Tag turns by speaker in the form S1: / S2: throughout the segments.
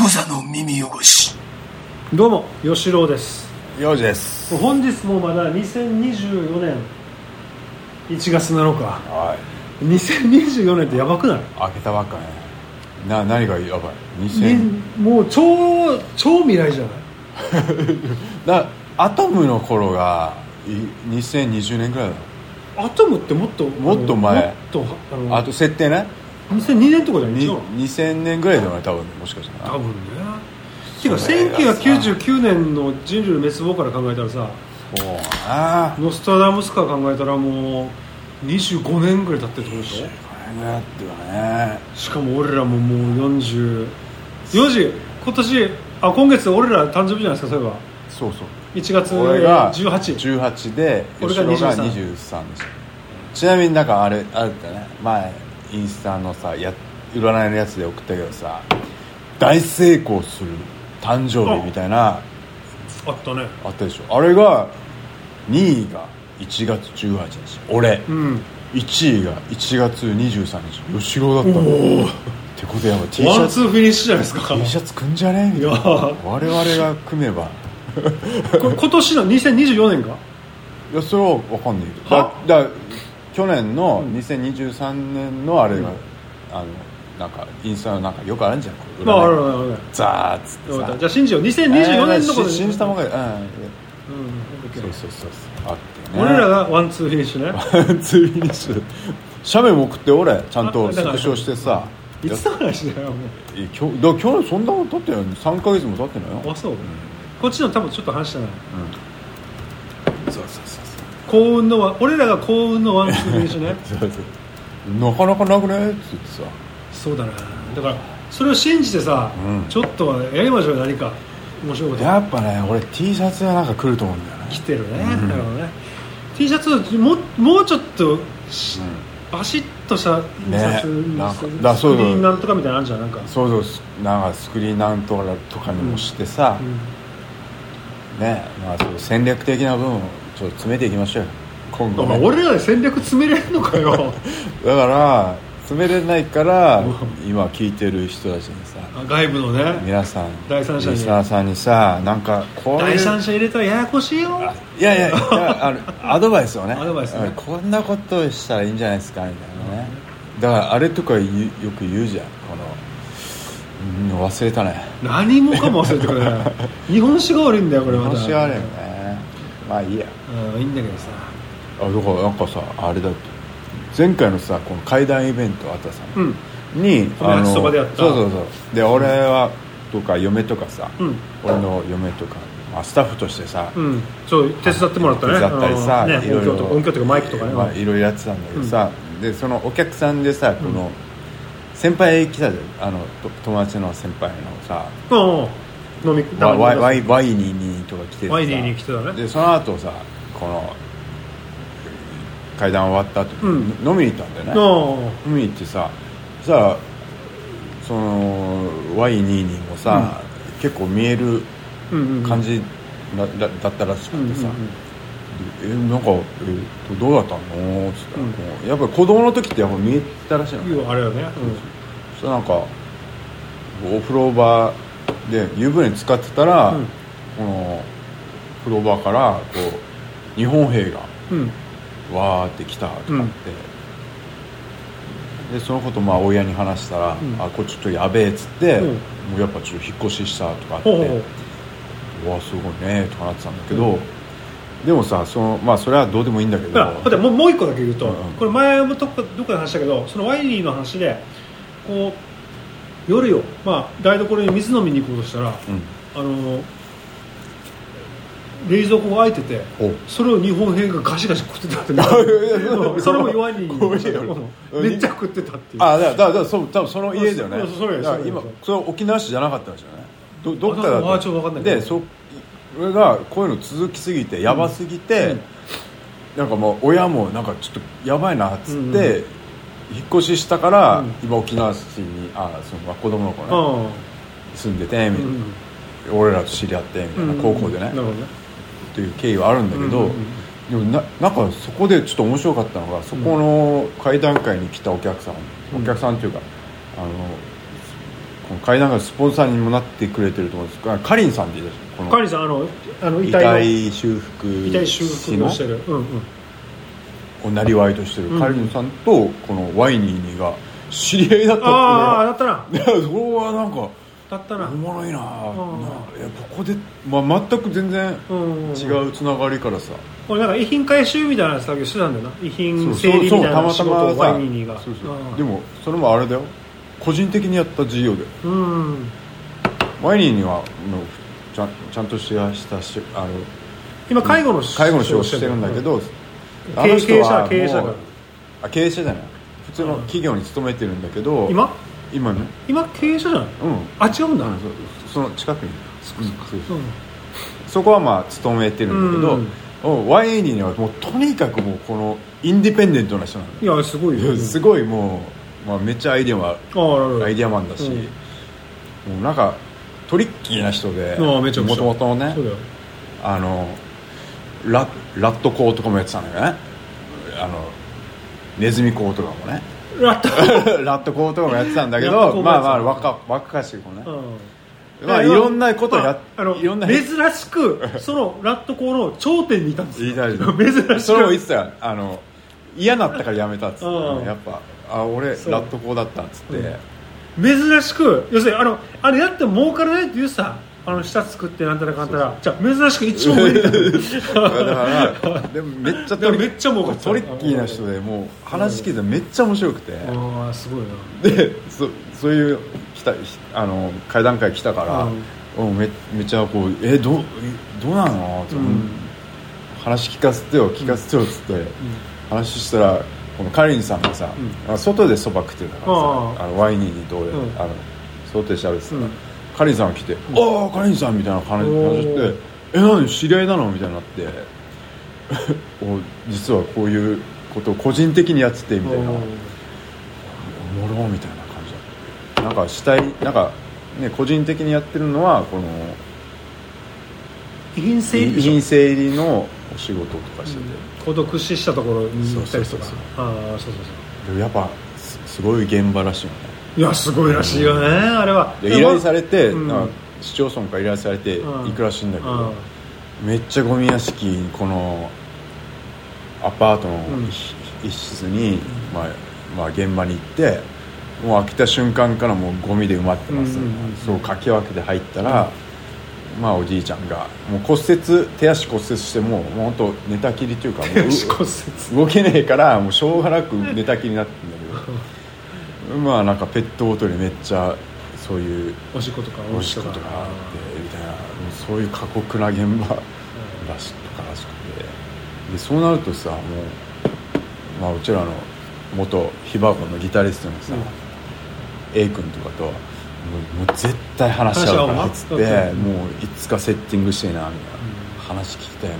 S1: 無座の耳汚し
S2: どうも吉郎です
S3: ようじです
S2: 本日もまだ2024年1月7日
S3: はい
S2: 2024年ってやばくない
S3: 開けたばっかねな何がやばい2000
S2: にもう超超未来じゃない
S3: だアトムの頃がい2020年ぐらいだ
S2: アトムってもっと
S3: もっと前
S2: もっとあの
S3: ろあと設定ね
S2: 2002年とかじゃない
S3: に
S2: 違うの
S3: 2000年ぐらいだよね多分もしかしたら
S2: 多分ねていうか
S3: それがさ
S2: 1999年の人類の滅亡から考えたらさ
S3: そうな
S2: ノストラダムスから考えたらもう25年ぐらい経ってるってことでしょ
S3: これぐらいだってはね
S2: しかも俺らももう40四時今年あ今月俺ら誕生日じゃないですかそういえば
S3: そうそう
S2: 1月
S3: 俺が
S2: 18
S3: 18で
S2: 俺
S3: 吉
S2: が
S3: 野が
S2: 23
S3: 23でしたちなみになんかあれあれだね前インスタのさや占いのやつで送ったけどさ大成功する誕生日みたいな
S2: あったね
S3: あったでしょあれが2位が1月18日俺、
S2: うん
S3: 1位が1月23日吉郎だったのってことでやばい T シ
S2: ワン
S3: ャ
S2: ツ
S3: ツ
S2: ーフィニッシュじゃないですか
S3: T シャツ組んじゃねえみたいない
S2: や
S3: 我々が組めば
S2: こ今年の2024年か
S3: いやそれは分かんないけど
S2: は
S3: だだ去年の2023年のあれが、あのなんかインスタのなんかよくあるんじゃんこう
S2: まあある
S3: 占い
S2: あるある
S3: ザーッつって
S2: よかっ
S3: さ
S2: たじゃあ信じよう2024年のこと
S3: えーし信じたま
S2: が、
S3: がうん
S2: うんオッケー
S3: そうそうそうそうあってね
S2: 俺らがワンツーフィニッシュね
S3: ついにし写メも送って俺ちゃんとスクショしてさ
S2: いつの話だよも
S3: いや今日だから去年そんなこと経ってないの3か月も経ってないよ、
S2: うあそう、こっちの多分ちょっと話したない
S3: うん、そうそうそう
S2: 幸運のワン俺らが幸運のワンツーフィニッシュね
S3: そう なかなかなくねっつってさ
S2: そうだなだからそれを信じてさ、
S3: うん
S2: ちょっとはやりましょうよ何か面白いこと
S3: やっぱね俺 T シャツがなんか来ると思うんだよね
S2: 来てるね、なるほどね T シャツももうちょっとし、バシッとした印刷
S3: ねなんか
S2: スク
S3: だそう
S2: リーンなんとかみたいなのあるじゃんなんか、
S3: そうそうなんかスクリーンなんとかとかにもしてさ、
S2: うん
S3: ねまあそう戦略的な部分をちょっと詰めていきましょうよ今
S2: お
S3: 後、
S2: 前
S3: ね、
S2: 俺らで戦略詰めれるのかよ
S3: だから詰めれないから
S2: うん
S3: 今聞いてる人たちにさ
S2: あ外部のね
S3: 皆さん
S2: 第三者に
S3: リスナーさんにさなんかこういう
S2: 第三者入れたらややこしいよ
S3: いやいやいや あのアドバイスをね
S2: アドバイスね
S3: うんこんなことしたらいいんじゃないですかみたいなねだからあれとか言うよく言うじゃんこの、うん、忘れたね
S2: 何もかも忘れてくれない 日本史が悪いんだよこれまた
S3: 面白いよねまあいいや
S2: うんいいんだけどさ
S3: あだからなんかさあれだって前回のさこの怪談イベントあったさ、
S2: うん
S3: に
S2: この八そばでやった
S3: そうそうそうで俺はとか嫁とかさ、
S2: うん
S3: 俺の嫁とか、まあ、スタッフとしてさ、
S2: うん、そう手伝ってもらったね
S3: 手伝ったりさ、
S2: あのね
S3: いろいろ
S2: 音響とか音響とかマイクとかね、
S3: まあ、いろいろやってたんだけどさ、でそのお客さんでさこの、先輩来たじゃんあのと友達の先輩のさ
S2: うんうん飲み
S3: ワワイ
S2: ワ
S3: ワイワイニーニーとか来てさ
S2: ワイニーニー来てたね
S3: でその後さこの階段終わった後、
S2: うん
S3: 飲みに行ったんだよね、
S2: うん
S3: 海行ってささその Y22 もさ、結構見える
S2: うんうん
S3: 感じだ,、だだったらしく
S2: うんうんう
S3: てさ
S2: ん
S3: 「えなんか、えどうだったの?」っつったら、
S2: うん
S3: こうやっぱり子供の時ってやっぱ見えたらしいの
S2: いいよあれよね、
S3: そしたらなんかお風呂場で湯船使ってたら、
S2: うん
S3: この風呂場からこう日本兵が
S2: うんうん、
S3: わーって来たとかって、でそのことまあ親に話したら「
S2: ん
S3: あこれちょっとやべえ」っつって、
S2: うん
S3: もうやっぱちょっと引っ越ししたとかあって
S2: ほうほうほう
S3: 「うわすごいね」とかなってたんだけど、でもさそのまあそれはどうでもいいんだけ
S2: だから
S3: ど
S2: 待ってもうもう一個だけ言うと、
S3: うんうん
S2: これ前もどっかどっかで話したけどそのワイニーの話でこう夜よ、まあ、台所に水飲みに行こうとしたら
S3: う
S2: あ
S3: ん
S2: の冷蔵庫が開いてて
S3: お
S2: それを日本兵がガシガシ食ってた ってねうんそれも弱いに
S3: 怖いよ
S2: めっちゃ食ってたっていう
S3: あだからだからだからそう多分その家だよね
S2: そうそうそうよ
S3: だか
S2: そ
S3: ら
S2: うよ
S3: 今
S2: そうよ
S3: それは沖縄市じゃなかったんですよねどどっか
S2: あ
S3: だ
S2: そうあちょっとわかんないけど
S3: でそ俺がこういうの続きすぎてやばすぎて、なんかもう親もなんかちょっとやばいなっつって、
S2: うんうん
S3: 引っ越ししたから、
S2: うん
S3: 今沖縄市にあそのまあ子供の子ね、
S2: うん
S3: 住んでてみたいな、俺らと知り合ってみたいな、高校でね、
S2: なるほどね
S3: っていう経緯はあるんだけど、
S2: うんうん
S3: でもななんかそこでちょっと面白かったのがそこの会談会に来たお客さん、
S2: うん
S3: お客さんっていうかあの階段がスポンサーにもなってくれてると思うんですあかりんさんでいいですこ
S2: カ
S3: の
S2: リさんあのあの遺
S3: 遺
S2: 体
S3: 体修復
S2: の遺体修復をしてる、うんうん、
S3: をなりわいとしてる、
S2: うん
S3: カリンさんとこのワイニーニが知り合いだった
S2: ああ
S3: っ
S2: だったな
S3: ていうのがいや そこはなんか
S2: だったな
S3: おもろいなあ
S2: うん
S3: なあいやここで、まあ、全く全然
S2: うん
S3: 違
S2: う
S3: うつながりからさ、
S2: 俺なんか遺品回収みたいな作業してたんだよな遺品
S3: そう
S2: 整理みたい
S3: た
S2: な
S3: ま
S2: 仕
S3: た
S2: 事
S3: ま
S2: を
S3: さ
S2: ワイニーニが
S3: そうそう
S2: うん
S3: でもそれもあれだよ個人的にやった事業で
S2: うん
S3: ワイニーニはもうちゃんちゃんとしたしたしあの
S2: 今介護の仕
S3: 介護の仕事してるんだけど、
S2: 経経営者は経営者
S3: も
S2: が
S3: うあ経営者じゃない普通の企業に勤めてるんだけど、
S2: 今
S3: 今ね
S2: 今経営者じゃない
S3: うん
S2: あ違うんだ、
S3: あ
S2: う
S3: そその近くにうんそうそうんそこはまあ勤めてるんだけど、おワイニーにはもうとにかくもうこのインディペンデントな人なの
S2: いやすごいよ
S3: いや すごいもう、まあ、めっちゃアイデアは
S2: ああなるほど
S3: アイデアマンだし、
S2: うん
S3: もうなんかトリッキーな人で
S2: ああめちゃくちゃ
S3: もともとのね
S2: そうだよ
S3: あのララット校とかもやってたんだよねあのネズミ校とか もね
S2: ラッタ
S3: ラット校とかもやってたんだけ
S2: ラット
S3: ど
S2: 校も
S3: ま
S2: や
S3: あ
S2: って
S3: ま
S2: た
S3: あ若若かしい子ね、
S2: うん
S3: まあ、いろんなことやっ、
S2: まああの
S3: いろんな
S2: 珍しくそのラット校の頂点にいたんです
S3: 言
S2: よ
S3: いたい
S2: 珍しく
S3: それも言ってたよあの嫌だったからやめたっつって、
S2: うん
S3: やっぱあ俺ラ
S2: そう
S3: ット校だったっつって、
S2: うん珍しく要するにあのあれやっても儲からないっていうさあの下作ってなんたらかんたらじゃあ珍しく一応上にいた
S3: だからでもめっちゃトリ
S2: でもめっちゃ儲かった
S3: トリッキーな人でもう話聞いてめっちゃ面白くて、
S2: ああすごいな
S3: でそそういう来たひあの会談会来たから、うんめめっちゃこう「えどうえどうなの?」って、
S2: うん
S3: 話聞かせてよ聞かせてよ」っつって、話したらこのカリンさんがさ、
S2: う
S3: あ外でそば食ってたからさ
S2: ああ
S3: あのワイニーにどうで、
S2: うん
S3: あの想定しゃべってたら、
S2: うん
S3: カリンさんが来て「ああカリンさん」みたいな話
S2: お
S3: 話
S2: ー
S3: して「え何知り合いなの?」みたいになって 「お実はこういうことを個人的にやってて」みたいな。おもろみたいな感じだったなんか死体なんかね個人的にやってるのはこの
S2: 遺品整理
S3: 遺
S2: でしょ
S3: 品整理のお仕事とかして
S2: 孤独死したところに行ったりとか
S3: そうそうそう
S2: ああそうそうそ
S3: て、でやっぱすすごい現場らしいよね
S2: ういやすごいらしいよねあれは
S3: で依頼されて、
S2: うん
S3: なんか市町村から依頼されて
S2: うん
S3: 行くらしいんだけ
S2: あ
S3: ど、めっちゃゴミ屋敷にこのアパート
S2: う
S3: の
S2: ん
S3: 一一室に、まあまあ、現場に行ってもう開けた瞬間からもうゴミで埋まってます、
S2: うんうんうんうん
S3: そうかき分けて入ったら、まあおじいちゃんがもう骨折手足骨折してもうもう本当寝たきりというかも
S2: 手足
S3: う
S2: 骨折
S3: 動けねえからもうしょうがなく寝たきりになってんだけどまあなんかペットボトルにめっちゃそういう
S2: おしっことか
S3: おしいことがあってみたいなそういう過酷な現場らしとからしくてでそうなるとさもう、まあ、うちらの元ヒバゴンのギタリストの
S2: う
S3: さ、
S2: ん
S3: A 君とかともうもう絶対話し合うからっ
S2: 話し
S3: つっ
S2: 合うわ
S3: て
S2: うん
S3: もういつかセッティングしてえなみたいな、
S2: う
S3: 話聞きたいない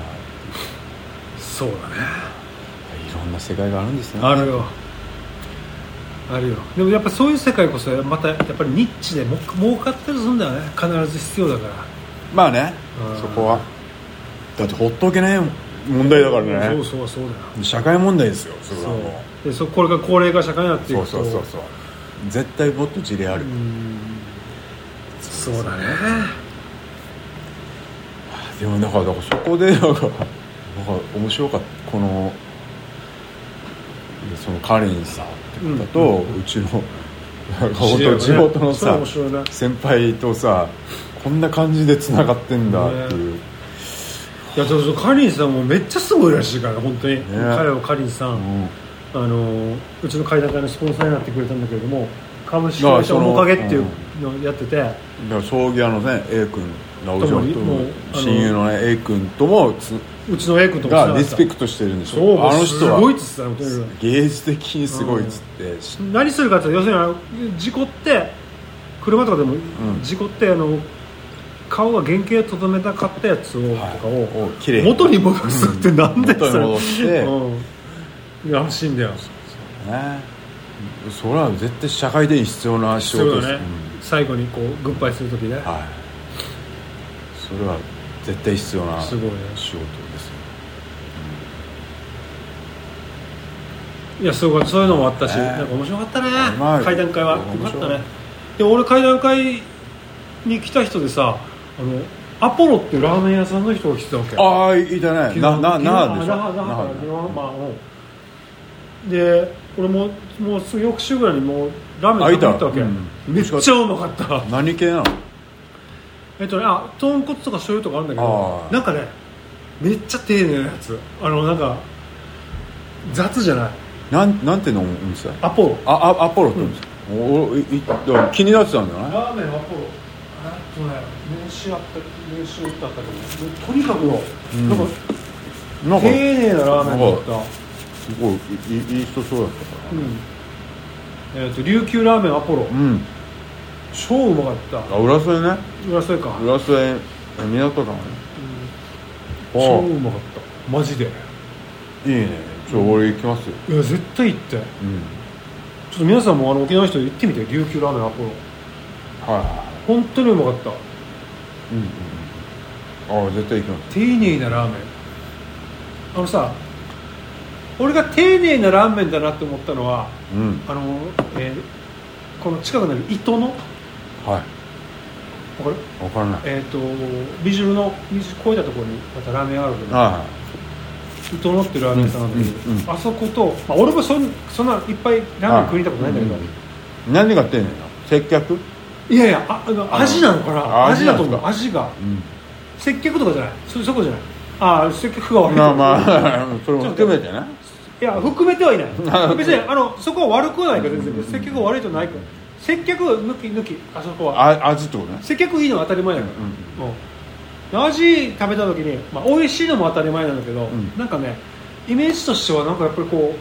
S2: そうだね
S3: ろんな世界があるんですね
S2: あるよあるよでもやっぱそういう世界こそまたやっぱりニッチでも儲かったりするんだよね必ず必要だから
S3: まあね
S2: うん
S3: そこはだってほっとけない問題だから
S2: そう
S3: ね
S2: そうそうだよ
S3: 社会問題ですよそれは
S2: そ
S3: もう
S2: うでそこれが高齢化社会になってい
S3: そう
S2: くと
S3: そうそうそう絶対もっと事例ある、
S2: うんそうだね
S3: でもなんかだからそこでなんかなんか面白かったこのそのカレンさんって方と、うちのなんか本当地元のさ、
S2: そう面白いね
S3: 先輩とさこんな感じでつながってんだっていう、
S2: いやそうそうカリンさんもめっちゃすごいらしいから本当に、彼はカリンさん、
S3: うん
S2: あのうちの会談会のスポンサーになってくれたんだけれども株式会社のおかげっていうのをやってて、
S3: だから葬儀屋のね A 君直ちゃん
S2: とももうあ
S3: と
S2: の
S3: 親友のね A 君ともつ
S2: うちの A 君とも
S3: がリスペ
S2: ト
S3: クトしてるんでし
S2: そう
S3: ょあの人
S2: すごいっ
S3: は
S2: つってたよとにかく
S3: 芸術的にすごいっつって、
S2: 何するかって要するにあの事故って車とかでも
S3: ん
S2: 事故ってあの顔が原型をとどめたかったやつを、とかを
S3: を綺麗
S2: 元に戻すってなんで
S3: 元に戻
S2: そ
S3: し
S2: れ
S3: て
S2: うん、らしいんだよ
S3: ねそれは絶対社会で必要な仕
S2: そう
S3: 事
S2: だ
S3: です
S2: ね、最後にこうグッバイする時ね、
S3: うんはいそれは絶対必要な仕
S2: す
S3: 事
S2: ごい
S3: で
S2: ね
S3: すよ
S2: いやそうかそういうのもあったし、
S3: ね
S2: なんか面白かったね
S3: うまい
S2: 会談会はよ
S3: 面
S2: かっ
S3: 白い
S2: たねで俺会談会に来た人でさあのアポロっていうラーメン屋さんの人が来てたわけ
S3: ああいたねなななあでしょ
S2: 那覇那
S3: 那
S2: 覇
S3: 覇
S2: だよまあうんで俺ももうすぐ翌週ぐらいにもうラーメン食べに行ったわけ、
S3: あいたうん
S2: めっちゃうまかった
S3: 何系なの
S2: えっとねあ豚骨とか醤油とかあるんだけど
S3: あー
S2: なんかねめっちゃ丁寧なやつあのなんか雑じゃない
S3: なんなんてのお店だ
S2: アポロ
S3: ああアポロってお店、おおいいだから気になってたんじゃない
S2: ラーメンアポロあえっとね名刺あった名刺売ってあったけどとにかく、
S3: ん
S2: なんか
S3: なんか
S2: 丁寧なラーメンだった、
S3: すごいいいいい人そうだったか
S2: うんえっと琉球ラーメンアポロ、
S3: らうん
S2: 超うまかった
S3: あ浦添ね
S2: 浦添か、
S3: 浦添港だねあ
S2: 超うまかったマジで
S3: いいねちょ俺行きますよ
S2: いや絶対行ってちょ
S3: うん
S2: っと皆さんもあの沖縄の人行ってみて琉球ラーメンアポロ
S3: はいは
S2: 本当にうまかった
S3: いうんうんあ絶対行きます
S2: 丁寧なラーメンあのさ俺が丁寧なラーメンだなって思ったのは
S3: うん
S2: あの、えーこの近くにある糸の
S3: はい
S2: これ
S3: 分からない
S2: えっ、とビジュルの水越えたところにまたラーメン屋があるけど
S3: は
S2: 糸のっていうラーメン屋さんなんだけど、
S3: うんうんうん
S2: あそこと、まあ、俺もそんそんないっぱいラーメン食いに行ったことないんだけど、
S3: はいうんい何が丁寧なの接客
S2: いやいやああの
S3: あ
S2: 味なのかな
S3: あ
S2: 味だと思う味が
S3: うん
S2: 接客とかじゃないそそこじゃないああ接客が悪いとか
S3: まあ まあそれも含めてね
S2: いや含めて はいな
S3: あ
S2: い別にあのそこは悪くはないから全
S3: うん
S2: 然接客が悪いとないから接客抜き抜きあそこは
S3: あ味ってことね
S2: 接客いいのは当たり前だから、うん味食べた時に、まあ、美味しいのも当たり前なんだけど、
S3: うん
S2: なんかねイメージとしてはなんかやっぱりこう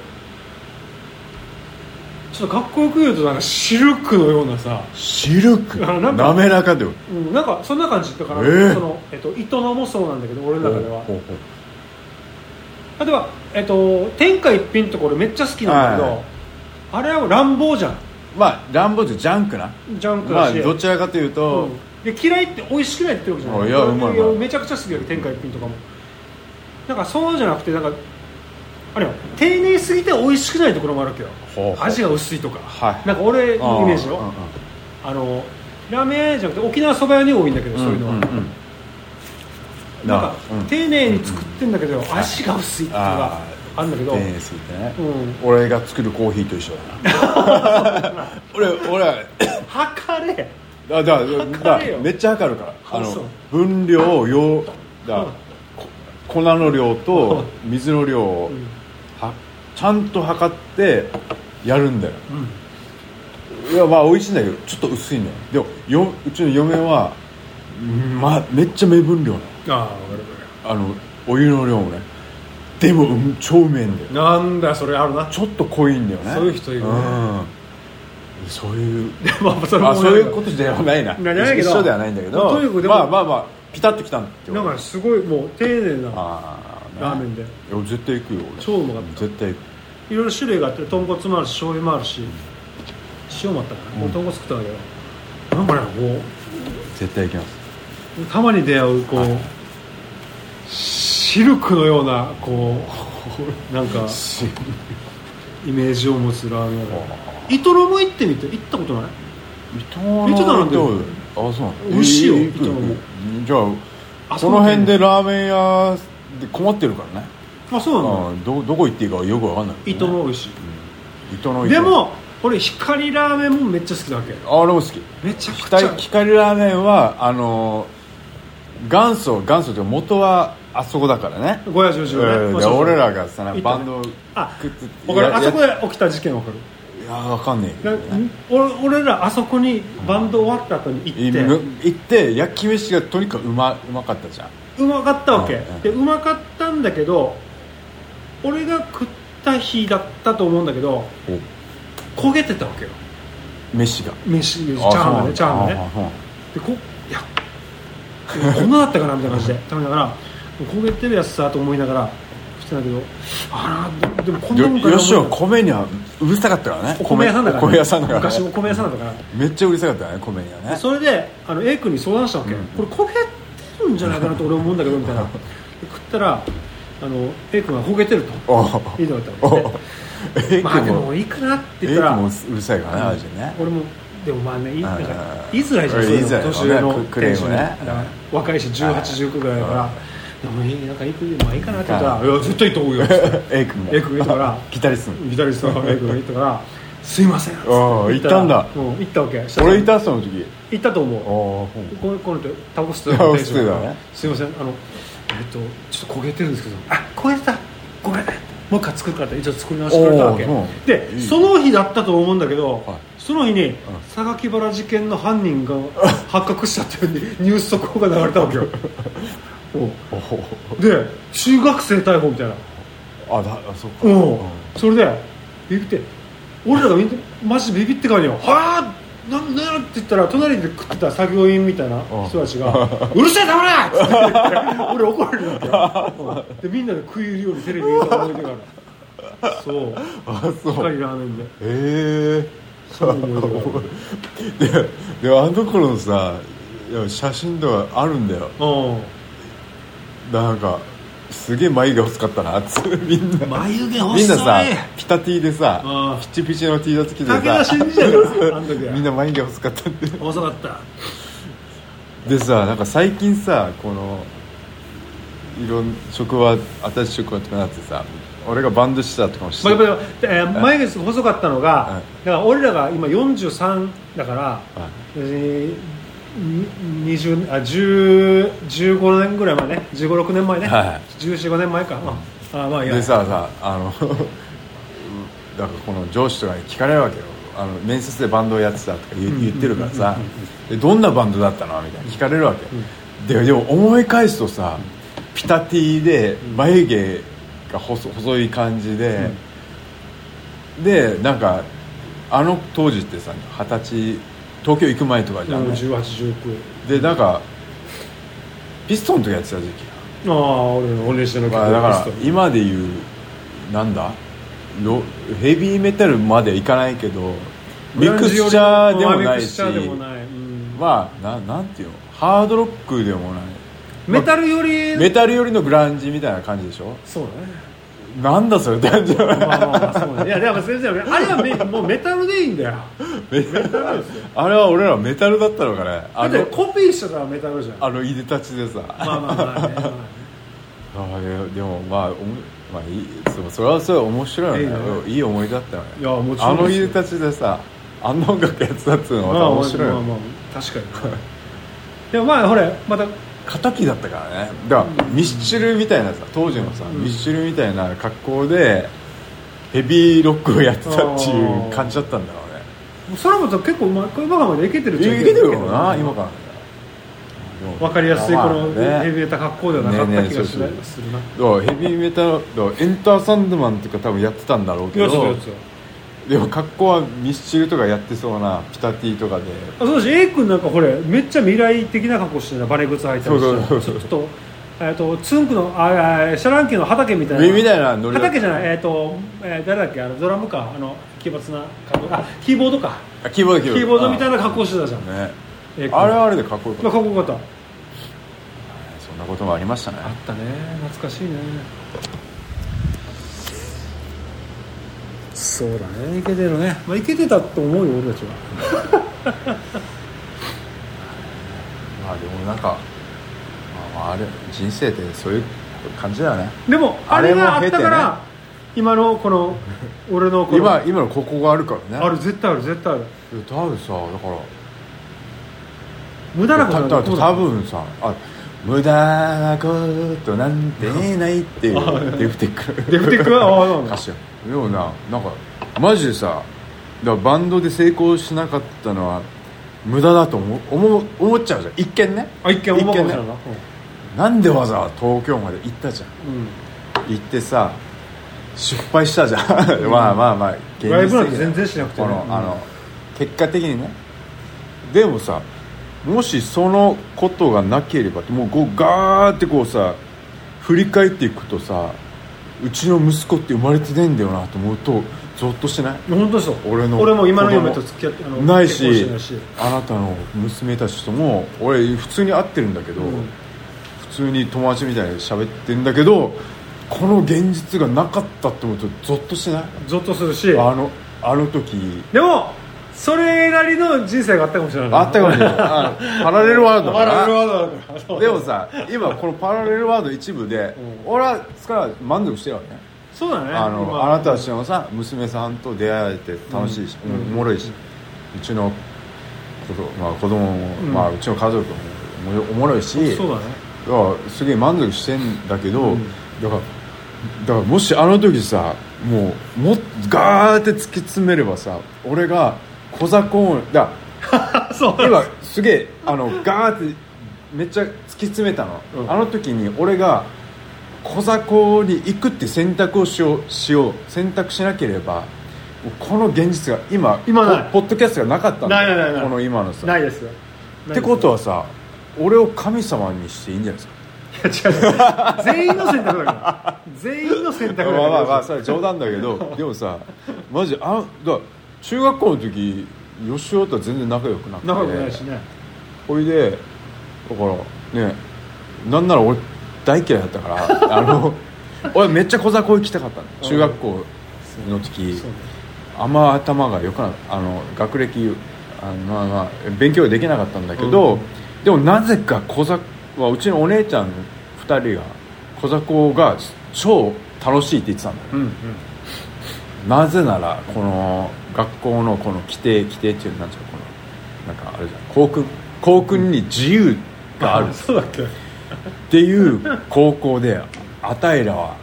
S2: ちょっとかっこよく言うとなんかシルクのようなさ、
S3: シルク
S2: あなんか
S3: 滑らかでよ
S2: うん、なんかそんな感じだから、
S3: えー
S2: そのえっと、糸のもそうなんだけど俺の中では
S3: ほうほう
S2: 例えば、えっと、天下一品ってこれめっちゃ好きなんだけど、
S3: はい
S2: あれは乱暴じゃん
S3: まあ乱暴ってジャンクな
S2: ジャンク
S3: ま
S2: だ
S3: あ
S2: し、
S3: どちらかというと
S2: うんで嫌いって美味しくないって言ってるわけじゃ
S3: あい
S2: ない
S3: や
S2: う
S3: まいうまい
S2: めちゃくちゃ好きよ天下一品とかもなんかそうじゃなくてなんかあれよ丁寧すぎて美味しくないところもあるわけど
S3: ほうほう
S2: 味が薄いとか
S3: はい
S2: なんか俺のイメージ
S3: うんう
S2: よ
S3: ん
S2: あのラーメン屋じゃなくて沖縄そば屋に多いんだけど、そういうのは、
S3: んんん
S2: なん
S3: な
S2: か
S3: あ、うん
S2: 丁寧に作ってんだけど、味が薄いっていうのがあるんだけど、
S3: 丁寧すぎてね、
S2: うん
S3: 俺が作るコーヒーと一緒だ な俺俺
S2: 測れ
S3: だだだ
S2: 測れよ
S3: めっちゃ測るからあ
S2: そう
S3: の分量量だ、
S2: うん
S3: こ粉の量と水の量を
S2: うん
S3: はちゃんと測ってやるんだよ
S2: うん
S3: いやまあ美味しいんだけどちょっと薄いんだよでもようちの嫁は、まあ、めっちゃ目分量なの
S2: ああ分かる分か
S3: あのお湯の量もねでもうん超うめえんだよ
S2: るなんだよそれあるな
S3: ちょっと濃いんだよね
S2: そういう人いるね
S3: うんそ ういう
S2: まあそれも
S3: あそういうことではないな
S2: なないけど
S3: 一緒ではないんだけ
S2: ま
S3: ど
S2: あとにかくでも
S3: まあまあまあピタッときたんって
S2: なんかすごいもう丁寧な
S3: あーね
S2: ラーメンで
S3: いや絶対行くよ俺
S2: 超うまかった
S3: 絶対行く
S2: いろいろ種類があって豚骨もあるし醤油もあるし塩もあったかな、
S3: うん
S2: 豚骨食ったんだけどなんかね
S3: 絶対行きます
S2: こうたまに出会うこう、シルクのようなこう なんかイメージを持つラーメン屋だイトロも行ってみて行ったことない
S3: 伊藤の
S2: 伊藤なんて
S3: あそうなんだ
S2: 美味しいよ
S3: えー行く
S2: 伊藤も
S3: うんじゃあ
S2: あ
S3: こ
S2: そう
S3: の
S2: なんだ
S3: 辺でラーメン屋で困ってるからね
S2: あそうなんだ
S3: あーどどこ行っていいかよくわかんない
S2: イトロ美味し
S3: 伊藤の
S2: い
S3: 伊藤
S2: でも俺光ラーメンもめっちゃ好きなわけ
S3: あ俺も好き
S2: めちゃくちゃ
S3: 光光ラーメンはあのー元祖元祖というか元はあそこだからね
S2: 5夜10時
S3: うんで俺らがさバンド
S2: あ
S3: くっつって
S2: わかる
S3: や
S2: あそこで起きた事件わかる
S3: いやわかんねえけ
S2: な
S3: ど
S2: ん俺俺らあそこにバンド終わった後に行って
S3: い行って焼き飯がとにかくうまうまかったじゃん
S2: うまかったわけ、
S3: うんうん
S2: でうまかったんだけど俺が食った日だったと思うんだけど焦げてたわけよ
S3: 飯が
S2: 飯飯チャ
S3: あ
S2: ーハンが
S3: そう
S2: ねチャーハンがね
S3: あそう
S2: でこいやこんなだったかなみたいな感じで食べながら焦げてるやつさと思いながらしてたけどあらでもこんなもんか
S3: よ
S2: な
S3: よしお米にはうるさかったからね
S2: お米屋さんだから、
S3: お米屋さんだから
S2: 昔お米屋さんだったから
S3: めっちゃうるさかったからね米にはね
S2: それであの A 君に相談したわけ、
S3: うん
S2: これ焦げてるんじゃないかなと俺思うんだけどみ たいなで食ったらあの A 君が焦げてると
S3: お
S2: いいのだったので
S3: おエイ
S2: まあ
S3: ク
S2: でも
S3: も
S2: もういいかなって
S3: エイ
S2: 言っ
S3: ク
S2: たら
S3: もうるさいからね味ね
S2: 俺もでもまあねいなん
S3: うん
S2: か言いづらいじゃん
S3: うん
S2: そういう
S3: 言いづらいよ
S2: の年上
S3: ね
S2: の
S3: ククレームね
S2: 店主にだから若いし1819ぐらいだからでもいいなんかいくまあいいかなって言ったら「
S3: う
S2: いや絶対いいと思 うよ」
S3: エイ君も
S2: エイ君いたから
S3: ギタリスト
S2: ギタリストのエイ君が言ったから「すいません」
S3: ああ
S2: 言ら
S3: 行ったんだ
S2: うん行ったわけしたら
S3: 俺いたその時
S2: 行ったと思う
S3: ああほ
S2: このこの人タバコ吸ってた店主
S3: タバコ吸ってた
S2: が
S3: ね
S2: 「すいませんあのえっとちょっと焦げてるんですけどあ焦げてたごめんねもう一回作るから」って一応作り直してくれたわけ
S3: おーうん
S2: で
S3: いい
S2: その日だったと思うんだけど
S3: はい
S2: その日に榊原事件の犯人が発覚したっていうニュース速報が流れたわけ よう
S3: おほ
S2: んで中学生逮捕みたいな
S3: あだあそっか
S2: うんそれでビビって俺らがみんなマジビビってからには「はあなんなんや?」って言ったら隣で食ってた作業員みたいな人たちが「うるせえ黙れ!」って言って俺怒られるわ け、うんでみんなで食い入るようにテレビ見た思い出があるそう
S3: あそ
S2: 深
S3: う
S2: いラーメンで
S3: ええ
S2: そういう思い出がある
S3: ででもあの頃のさいや写真とかあるんだよなんかすげえ眉毛細かったなっつう みん
S2: う
S3: なん
S2: 眉毛細い
S3: みんなさピタ T でさ
S2: うん
S3: ピチピチの T シャツ着て
S2: 武田
S3: さ
S2: 信じたからあの時は
S3: みんな眉毛細かったんで
S2: 細かった
S3: でさなんか最近さこのいろん職場新しい職場とかなってさ俺がバンドしてたとかもし
S2: ま
S3: て
S2: あ、やっぱりえー眉毛細かったのが、
S3: はい
S2: だから俺らが今43だから、
S3: は
S2: えーに20あ10 15年ぐらい前ね1 5 6年前ね、
S3: は
S2: 1415年前か、ああまあいいや
S3: でささあの だからこの上司とかに聞かれるわけよあの面接でバンドをやってたとか言,、言ってるからさでどんなバンドだったのみたいな聞かれるわけ、ででも思い返すとさピタティで眉毛が細細い感じで、でなんかあの当時ってさ二十歳東京行く前とかじゃん、
S2: 1819
S3: でなんかピストンとかやってた時期
S2: ああ俺の俺にしての
S3: まあ、だから
S2: リスト
S3: 今で言うなんだロヘビーメタルまでいかないけどミクスチャーでもな
S2: うんミク
S3: いし
S2: スチャーでもないうん
S3: まあななんていうのハードロックでもない
S2: メタルより、
S3: メタル寄りのグランジみたいな感じでしょ
S2: そうだね
S3: なんだそれって感じじゃない
S2: まあまあまあそうだねいやでも先生あれはメもうメタルでいいんだよ
S3: メ
S2: タルですよ
S3: あれは俺らメタルだったのかね
S2: だ
S3: あ
S2: って
S3: の
S2: コピーしてたらメタルじゃん
S3: あのいでたちでさ
S2: まあまあまあねまあね
S3: あれでもまあおもまあいいそうそれはそれは面白いよねいい思い出だったよね
S2: いやもちろ
S3: あ
S2: んですよ
S3: のいでたちでさあんな音楽やってたっていうのはま
S2: ま
S3: た
S2: あ
S3: 面白いよね
S2: まあまあ確かにねでもまあほれまた
S3: 敵だったからねだからミスチルみたいなさ当時のさ、
S2: うん
S3: ミスチルみたいな格好でヘビーロックをやってたっていう感じだったんだろうね
S2: それも結構まあ今からまでいけてる
S3: い
S2: っちゃ
S3: けてるよな今からね
S2: わかりやすいこのヘビ
S3: ー
S2: ータ格好ではなかった気がしな
S3: ねね
S2: するな
S3: ヘビーメタルだからエンターサンドマンとか多分やってたんだろうけ
S2: よし
S3: ど
S2: よしよ
S3: でも格好はミスチルとかやってそうなピタティとかで
S2: あそうだし A 君なんかほれめっちゃ未来的な格好してるなバレー靴履いたりして
S3: そうそうそう
S2: ちょっとえっとツンクのああシャランキーの畑みたいな
S3: みたいなノリだった
S2: 畑じゃないえっとえー誰だっけあのドラムかあの奇抜な格好あキーボードか
S3: あキーボードキ
S2: キーボードみたい
S3: な
S2: な格好してたじゃん
S3: ね
S2: A 君
S3: あれはあれでかっこよ
S2: ま
S3: か
S2: あ
S3: っ
S2: かっこよかった
S3: たそんなこともありましたね
S2: あったね懐かしいねそうだねイケてるねまあイケてたと思うよ俺たちは
S3: まあでもなんか、まあ、まああれ人生ってそういう感じだよね
S2: でもあ
S3: あれ
S2: れ
S3: も
S2: があったか
S3: 経て
S2: ら今のこの俺のこの
S3: 今今のここがあるからね
S2: ある絶対ある絶対ある
S3: いや多分さだから
S2: 無駄なことなん
S3: た
S2: だ
S3: た多分さあ無駄なことなんてないってい
S2: あはいう
S3: デフテック
S2: デフテックはああ そうなんだ
S3: 歌詞よでもななんかマジでさだからバンドで成功しなかったのは無駄だと思う思う思っちゃうじゃん一見ね
S2: あ一見思うかもしれない
S3: ね
S2: な
S3: なんでわざわざ東京まで行ったじゃん
S2: うん
S3: 行ってさ失敗したじゃん、まあまあまあ現実的だ
S2: ラ
S3: よ
S2: イブなんて全然しなくてね
S3: この
S2: うん
S3: あの結果的にねでもさもしそのことがなければもうこうガーってこうさ振り返っていくとさうちの息子って生まれてねえんだよなと思うとゾッとしない
S2: うん本当そう
S3: 俺の
S2: 俺も今の
S3: 子供
S2: 嫁と付き合ってあの
S3: ない
S2: 結婚
S3: し
S2: てないし
S3: あなたの娘たちとも俺普通に会ってるんだけど、
S2: うん
S3: 普通に友達みたいに喋ってんだけどこの現実がなかったって思うとゾッとしない
S2: ゾッとするし
S3: あのあの時
S2: でもそれなりの人生があったかもしれない
S3: あったかも しれないあパラレルワールド
S2: パ
S3: だな
S2: ラレルワールドだからそう
S3: でもさ今このパラレルワールド一部で、
S2: う
S3: 俺はすから満足してるわけね
S2: そうだね
S3: あの
S2: 今
S3: あなたたちのさ娘さんと出会えて楽しいし、
S2: うん
S3: うんおもろいし、うちの子供,、まあ、子供も、
S2: うん
S3: まあ、うちの家族もおもおもろいし
S2: そうだね
S3: だからすげえ満足してんだけど、
S2: うん
S3: だからだからもしあの時さもうもっガーって突き詰めればさ俺が小雑魚だか
S2: あそう
S3: ら今すげえあのガーってめっちゃ突き詰めたの、
S2: うん
S3: あの時に俺が小雑魚に行くって選択をしようしよう選択しなければもうこの現実が今
S2: 今ない
S3: ポポッドキャストがなかったんだよ
S2: ないないないない
S3: この今のさ
S2: ないです
S3: ってことはさ俺を神様にしていいんじゃないですか
S2: ないですいや違う違う全員の選択だから全員の選択だから
S3: まあまあまあそれは冗談だけ どでもさマジあだから中学校の時吉尾とは全然仲良くなくて
S2: 仲良くないしね
S3: ほいでだからねなんなら俺大嫌いだったから あの俺めっちゃ小雑魚行きたかったの中学校の時
S2: そうね
S3: あんま頭が良くなあの学歴あのまあまあ勉強できなかったんだけど、
S2: うん
S3: でもなぜか小雑はうちのお姉ちゃん2人が小雑魚が超楽しいって言ってたんだよ
S2: うんうん
S3: なぜならこの学校のこの規定規定っていうのなんていうのこのなんかあれじゃん校訓校訓に自由があるっ
S2: そうだっけ
S3: ていう高校で「あたいらは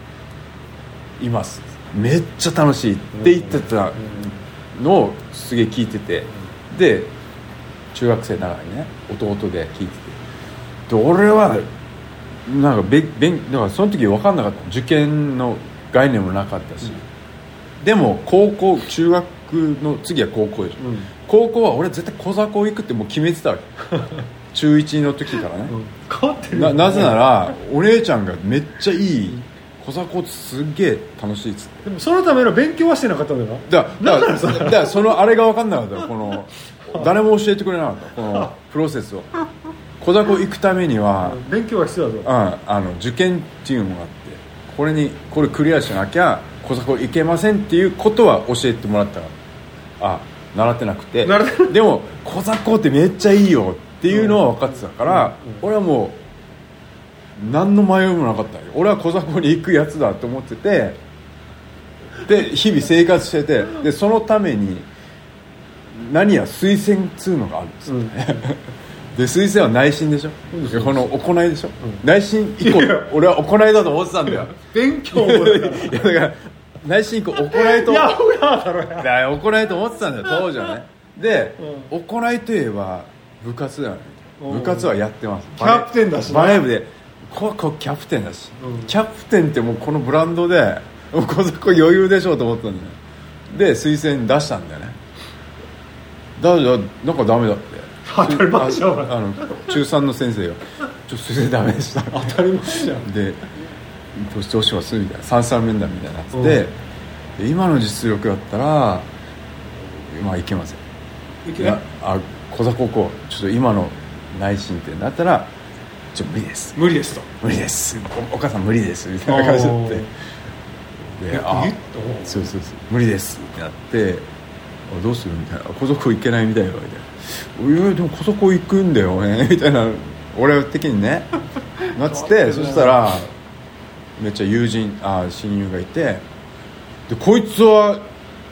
S3: います」めっちゃ楽しいって言ってたのをすげえ聞いててで中学生ながらにね弟で聞いててで俺はなんかべべんだからその時分かんなかった受験の概念もなかったし、でも高校中学の次は高校でしょ、
S2: うん
S3: 高校は俺絶対小雑魚行くってもう決めてたわけ 中1の時からね、
S2: うん変わってるよ
S3: な
S2: ね
S3: なぜならお姉ちゃんがめっちゃいい小雑魚すっげえ楽しいっつって
S2: でもそのための勉強はしてなかったんだよな
S3: だだからだからそのあれが分かんなかったよこの誰も教えてくれなかったこのプロセスを小雑魚行くためには、
S2: 勉強は必要だ
S3: うん、
S2: ぞ
S3: あの受験っていうのがあってこれにこれクリアしなきゃ小雑魚行けませんっていうことは教えてもらったからあ習ってなくて
S2: 習って
S3: でも小雑魚ってめっちゃいいよっていうのは分かってたから、
S2: うんうん
S3: 俺はもう何の迷いもなかったよ俺は小雑魚に行くやつだと思っててで日々生活しててでそのために何や推薦っつうのがあるんですよ、
S2: うん
S3: で推薦は内心でしょ、
S2: うん
S3: でこの行いでしょ、
S2: ん
S3: 内心以降
S2: いや
S3: 俺は行いだと思ってたんだ よ
S2: 勉 強も
S3: い
S2: だ
S3: や
S2: か
S3: だ
S2: ら
S3: から内心以降行いと
S2: ヤフーだろう や
S3: だよ行いと思ってたんだ よ当時はねで、
S2: う
S3: 行いといえば部活だよね
S2: うん
S3: 部活はやってます
S2: キャプテンだしな
S3: バレー部でここキャプテンだし、
S2: うん
S3: キャプテンってもうこのブランドで もうこそこ余裕でしょうと思ったんだよで推薦出したんだよねだからなんかダメ だって
S2: 当たり前じゃんお前
S3: あの中3の先生が「ちょっと推薦ダメでした」
S2: 当たり前じゃん
S3: で「どうしどうします?」みたいな「三三面談」みたいになって
S2: うん
S3: で今の実力だったらまあいけません
S2: い
S3: いやあ小座高校ちょっと今の内心ってなったらちょっと無理です
S2: 無理ですと
S3: 無理ですおお母さん無理ですみたいな感じになってであ
S2: えっと
S3: そうそうそう無理ですってなってあどうするみたいな小僧行けないみたいな言われていやでも小僧行くんだよね みたいな俺的に ねなっつってそしたらめっちゃ友人あ親友がいてでこいつは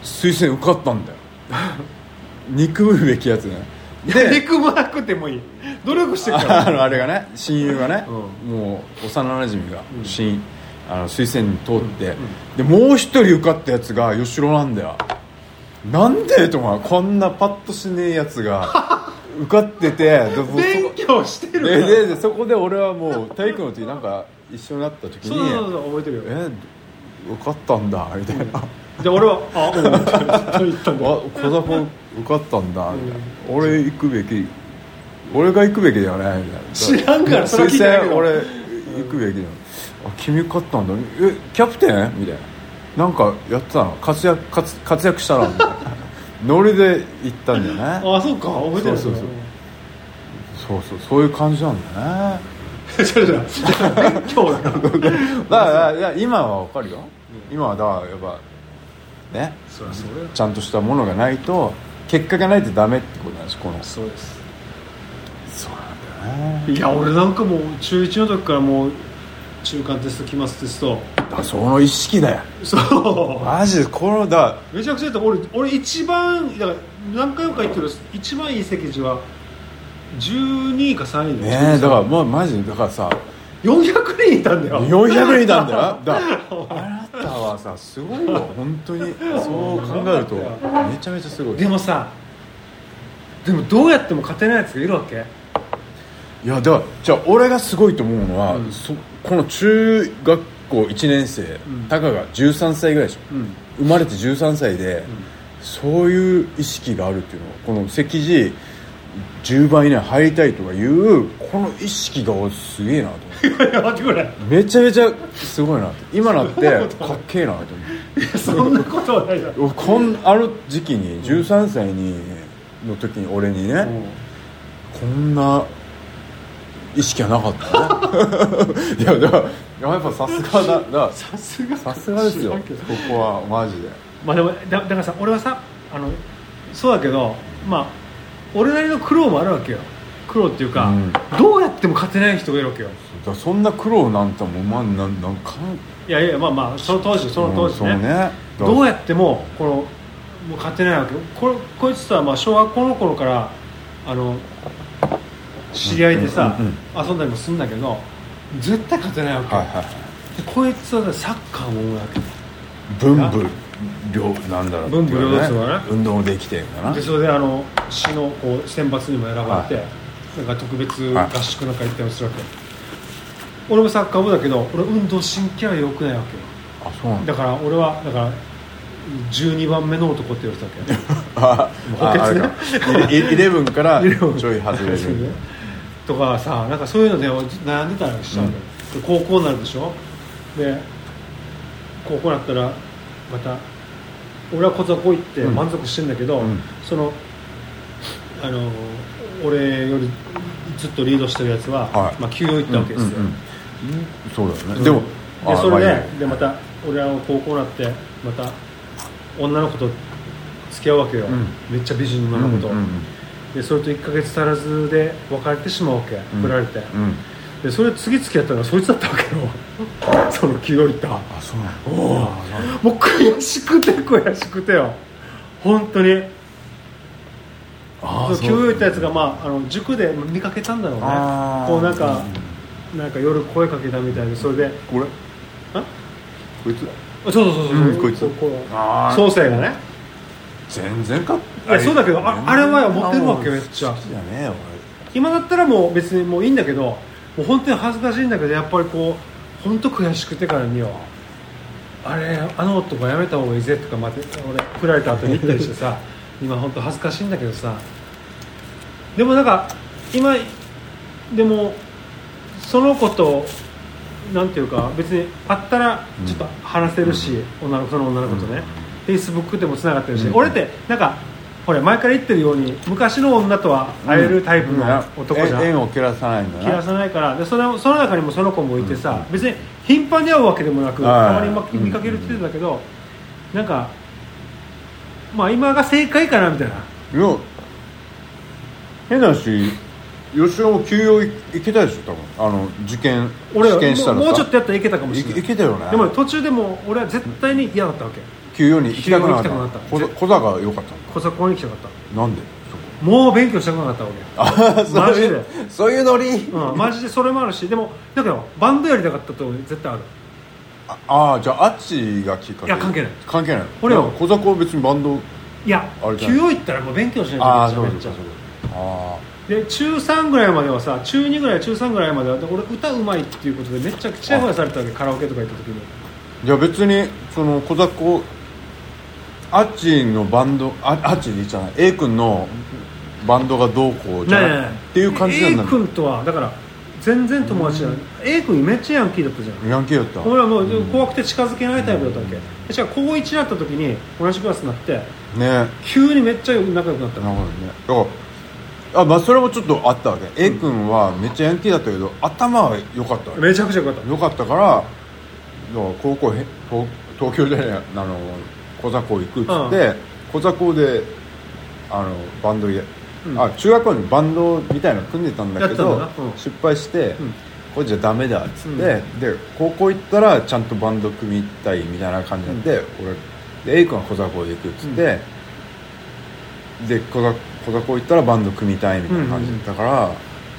S3: 推薦受かった んだよ憎むべきやつね
S2: で憎まなくてもいい努力してるか
S3: あ
S2: ら
S3: のあれがね親友がね、
S2: う
S3: もう幼なじみが
S2: うん
S3: 親、あの推薦に通って、でもう一人受かったやつが吉郎なんだよなんでとかこんなパッとしねえや つが受かっててでそ
S2: 勉強してるか
S3: で
S2: ら
S3: ででそこで俺はもう体育の時なんか一緒になった時に
S2: そうそうそう覚えてるよ
S3: え受かったんだみたいな、あ
S2: じゃあ俺はあうんずっと言ったんだよ
S3: 小雑魚受かったんだみたいな、俺行くべき俺が行くべきだよねみたいな
S2: 知らんからそれは聞い
S3: 推
S2: てないけ
S3: 薦
S2: ど
S3: 俺行くべきだよ、あ君勝ったんだえキャプテンみたいななんかやってたの活躍活活躍したのみたい なノリで行ったんだよね
S2: あそうか覚えてる
S3: そうそうそうそうそういう感じなんだね
S2: そう違う違う勉強だから
S3: だからいや今はわかるよ今はだからやっぱね
S2: そりゃそう
S3: ちゃんとしたものがないと結果がないとダメってことなんでしょこの
S2: そうです
S3: そうなんだよね
S2: いや俺なんかもう中1の時からもう中間テスト期末テスト
S3: だからその意識だよ
S2: そ
S3: マジでこのだ
S2: うめちゃくちゃだった俺俺一番だから何回も書いてる一番いい席次は12位か3位だよ
S3: ねえだから
S2: 13
S3: まあマジでだからさ
S2: 400人いたんだよ
S3: 400人いたんだよだからあなたはさすごいよ本当にそう考えるとめちゃめちゃすごい
S2: でもさでもどうやっても勝てないやつがいるわけ
S3: いやだからじゃあ俺がすごいと思うのは、
S2: うん
S3: そこの中学校1年生、
S2: ん
S3: たかが13歳ぐらいでしょ、
S2: うん
S3: 生まれて13歳で、そういう意識があるっていうのはこの席次10番以内入りたいとかいうこの意識が俺すげえなと思って
S2: いや 待ってくれ
S3: めちゃめちゃすごいなって今なってかっけえなと思って
S2: いやそんなことはない だろ
S3: 俺こんある時期に13歳にの時に俺にね、こんな意識はなかっ たねいやだからやっぱさすがだだ
S2: さすが
S3: さすがです
S2: 知
S3: よこ
S2: らんけど
S3: こはマジで
S2: まあでもだだからさ俺はさあのそうだけどまあ俺なりの苦労もあるわけよ苦労っていうか、
S3: うん
S2: どうやっても勝てない人がいるわけよ
S3: だからそんな苦労なんてもうまあなんなんかん
S2: いやいやまあまあその当時その当時ね,、
S3: うんそうねだから
S2: どうやってもこのもう勝てないわけよこれこいつとはまあ小学校の頃からあの知り合いでさ、
S3: うんうん
S2: 遊んだりもするんだけど絶対勝てないわけ、
S3: はいはい
S2: でこいつは、ね、サッカーもうわけ
S3: 文武両なんだろう
S2: 文武両道ですわね
S3: 運動もできてるかな
S2: でそれであの市のこう選抜にも選ばれて、
S3: は
S2: なんか特別合宿なんか行ったりするわけ、俺もサッカー部だけど俺運動神経は良くないわけよ
S3: あそうなんだ
S2: だから俺はだから12番目の男って言われてたわけ
S3: あ
S2: 補欠ね
S3: ああれか イレイレブンからちょ
S2: 11
S3: い外れ
S2: そうね
S3: る
S2: とかさなんかそういうので悩んでたりしちゃうのよ、で高校になるでしょで高校になったらまた俺は小雑魚行って
S3: うん
S2: 満足してんだけど、
S3: うん
S2: そのあの俺よりずっとリードしてるやつは、
S3: はい
S2: まあ、休養行ったわけですよ、
S3: うんうんそうだよ
S2: うん
S3: ねでも
S2: で
S3: あ
S2: それで,、
S3: まあいいよ
S2: でまた俺らの高校になってまた女の子と付き合うわけよ、
S3: うん
S2: めっちゃ美人の女の子と、
S3: うんうん
S2: でそれと1か月足らずで別れてしまうわけ、
S3: うん
S2: 振られて、
S3: うんうん
S2: でそれ次付き合ったのはそいつだったわけよその気を入ったも
S3: あそうなんだ
S2: う悔しくて悔しくてよ本当に
S3: あ
S2: そう気を入ったやつが、まあ、あの塾で見かけたんだろうね
S3: あー
S2: こうなんか、なんか夜声かけたみたいでそれで
S3: これ
S2: あ
S3: こいつ
S2: そうそうそうそう、
S3: うんこいつ
S2: うこう
S3: あー
S2: 創生がね
S3: 全然か
S2: いやそうだけどああれは持ってるわけめっちゃ
S3: 好きだね
S2: 今だったらもう別にもういいんだけどもう本当に恥ずかしいんだけどやっぱりこう本当悔しくてからにはあれあの男やめた方がいいぜとかまて俺振られた後に言ったりしてさ 今本当恥ずかしいんだけどさでもなんか今でもその子となんていうか別に会ったらちょっと話せるし、女の子その女の子とね、フェイスブックでもつながってるし、
S3: うん
S2: 俺ってなんかほら前から言ってるように昔の女とは
S3: 俺
S2: 会えるタイプの男じゃん、
S3: え縁を切らさないんだな
S2: 切らさないからでそのその中にもその子もいてさ、別に頻繁に会うわけでもなく
S3: はい
S2: たまにま見かけるって言ってたけど、なんかまあ今が正解かなみたいない
S3: や変な話吉尾も休養い行けたでしょ多分あの受験
S2: 俺
S3: 試験した
S2: も
S3: ら
S2: う
S3: さ
S2: もうちょっとやったらいけたかもし
S3: い
S2: れない
S3: 行けたよね
S2: でも途中でもう俺は絶対に嫌だったわけ
S3: 休養に行きたくなかっ
S2: 休養に行きた
S3: た
S2: くなかった
S3: 小ざ小座が良かった
S2: 小作校に来たかった
S3: のなんで
S2: もう勉強したくなかったわけ
S3: あ
S2: そう マジで
S3: そういうノリ
S2: うん、マジでそれもあるしでもだけどバンドやりたかったと絶対ある
S3: ああーじゃああっちがきっかけ
S2: いや関係ない
S3: 関係ない
S2: 俺は
S3: なんか小坂は別にバンド
S2: いや
S3: あれじゃな
S2: 休
S3: い
S2: 養行ったらもう勉強しない
S3: ああ
S2: と
S3: そう
S2: め
S3: か
S2: っ
S3: そう
S2: ちゃ
S3: か
S2: めっち
S3: そうかあ
S2: ゃで中3ぐらいまではさ中2ぐらい中3ぐらいまではで俺歌うまいっていうことでめっちゃくちゃ声されたわけカラオケとか行った時に
S3: あじゃあ別にその小坂をあっちのバンドああっちでいいじゃない A 君のバンドがどうこうじゃないっていう感じなんだ
S2: A 君とはだから全然友達じゃない A 君めっちゃヤンキーだったじゃん
S3: ヤンキーだった
S2: 俺はもう怖くて近づけないタイプだったわけでしかも高1になった時に同じクラスになって
S3: ね
S2: 急にめっちゃ仲良くなった
S3: なる
S2: の
S3: ほどねだからあまあそれもちょっとあったわけ、A 君はめっちゃヤンキーだったけど頭は良かったわけ
S2: めちゃくちゃ良かった
S3: 良かったからだから高校へ東東京じゃないあの小座校行くっつって、小座校であのバンドや、
S2: うん
S3: あ中学校にバンドみたいなの組んでたんだけど
S2: やってたんだなうん
S3: 失敗して、
S2: うん
S3: これじゃダメだっつって、
S2: うん
S3: で高校行ったらちゃんとバンド組みたいみたいな感じになって、俺で A 君は小座校で行くっつって、で小座小座校行ったらバンド組みたいみたいな感じだったから、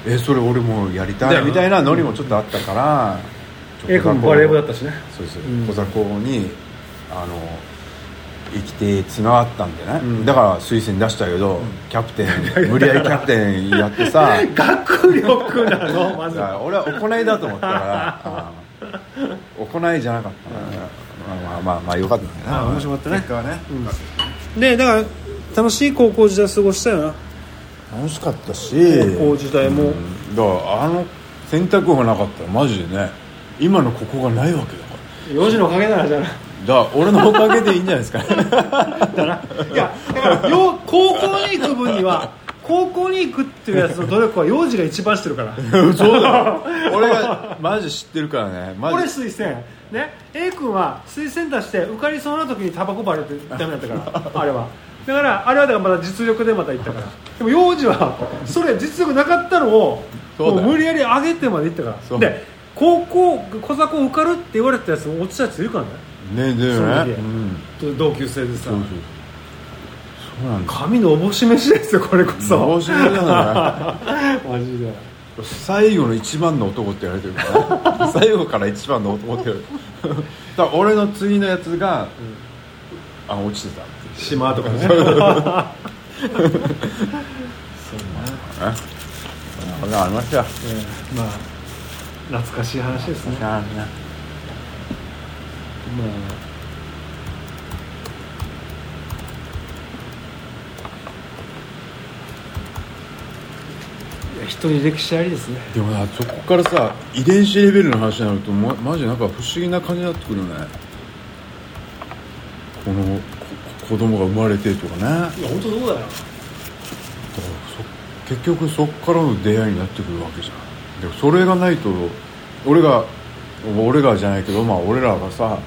S3: えそれ俺もやり
S2: だ
S3: た
S2: よ
S3: い
S2: な
S3: みたいなノリもちょっとあったから、
S2: A 君バレー部だったしね
S3: そうです、
S2: うん
S3: 小座高にあの生きてつながったんでね、
S2: うん
S3: だから推薦出したけど、キャプテン無理やりキャプテンやってさ
S2: 学力な のま
S3: だ
S2: ず
S3: から俺は行いだと思ったからあー行いじゃなかったな、まあまあまあまあよかったんだよな
S2: まあ面白かったね
S3: 結果はね、
S2: でだから楽しい高校時代過ごしたよな
S3: 楽しかったし
S2: 高校時代も
S3: うんだからあの選択がなかったらマジでね今のここがないわけだから
S2: 4時のおかげだなじゃあ
S3: だから俺のおかげでいいんじゃないですかね
S2: いやだからよう高校に行く分には高校に行くっていうやつの努力は幼児が一番してるから
S3: そうだ俺がマジ知ってるからねマジ
S2: 俺推薦ね A 君は推薦出して受かりそうな時にタバコバレてダメだったからあれはだからあれはだからまだ実力でまた行ったからでも幼児はそれ実力なかったのを
S3: そうだよ
S2: もう無理やり上げてまで行ったか
S3: そ
S2: ら
S3: う
S2: で高校小雑魚受かるって言われてたやつも落ちたやついるからね
S3: ねだよね
S2: その時
S3: ん
S2: 同級生でさ
S3: そうそうそうなんだ
S2: 神のおぼし飯ですよこれこそ
S3: 面白いだね
S2: マジで
S3: 最後の一番の男って言われてるからね最後から一番の男って言われてるだから俺の次のやつが、あ落ちてたって言って
S2: 島とかねそうね
S3: たねそんなことがありましたよ
S2: ええまあ懐かしい話ですねまあ
S3: あね
S2: いや人に歴史ありですね
S3: でもなそこからさ遺伝子レベルの話になるとまマジなんか不思議な感じになってくるねこのこ子供が生まれてとかねだから
S2: いや本当そうだよ
S3: そ結局そこからの出会いになってくるわけじゃんでもそれがないと俺が俺がじゃないけどまあ俺らがさ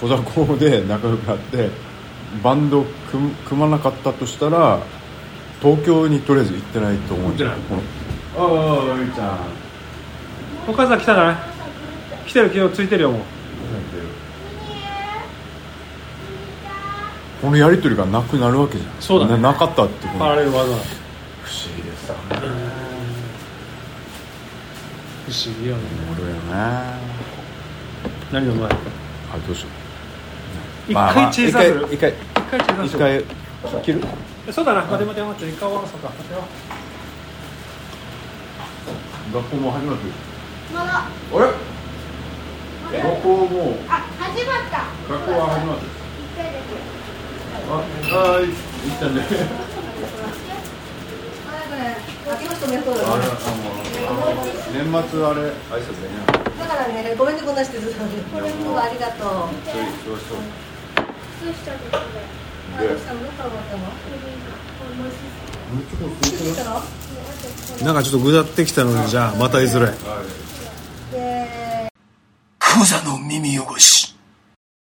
S3: 小雑魚で仲良くなってバンド組む組まなかったとしたら東京にとりあえず行ってないと思うんだよ
S2: 行っ
S3: このおいおいちゃん
S2: お母さん来たかな来てる昨日ついてるよもう
S3: このやり取りがなくなるわけじゃん
S2: そうだね
S3: ななかったってこと
S2: パラレル技
S3: 不思議でさ
S2: 不思議よね
S3: おもろいよねあ
S2: 何の前
S3: どうしよう
S2: 一回チェイサーする
S3: 一回
S2: 一回中断し
S3: 一
S2: よう
S3: 回一回切る
S2: そうだな待て待て待て一回終わらそうか待てよ
S3: 学校も始まってる
S1: まだ
S3: あれ学校もう
S1: あ始まった
S3: 学校は始まってる
S1: 一回だけ
S3: あはい行ったね
S1: あだから明けましておめでとうござい
S3: あれ
S1: ます
S3: あのあの年末あれ挨拶できなかった
S1: だからねごめんねこんなしてずっとこれもうありがとう
S3: それどうし
S4: ど
S3: よ
S4: うしたのこれ
S1: あどうしたのどうしたのどうしたの
S4: これ今面白い。
S1: どうしたの
S2: なんかちょっとぐだってきたのでじゃあまたいずれ
S1: で
S5: クザの耳汚し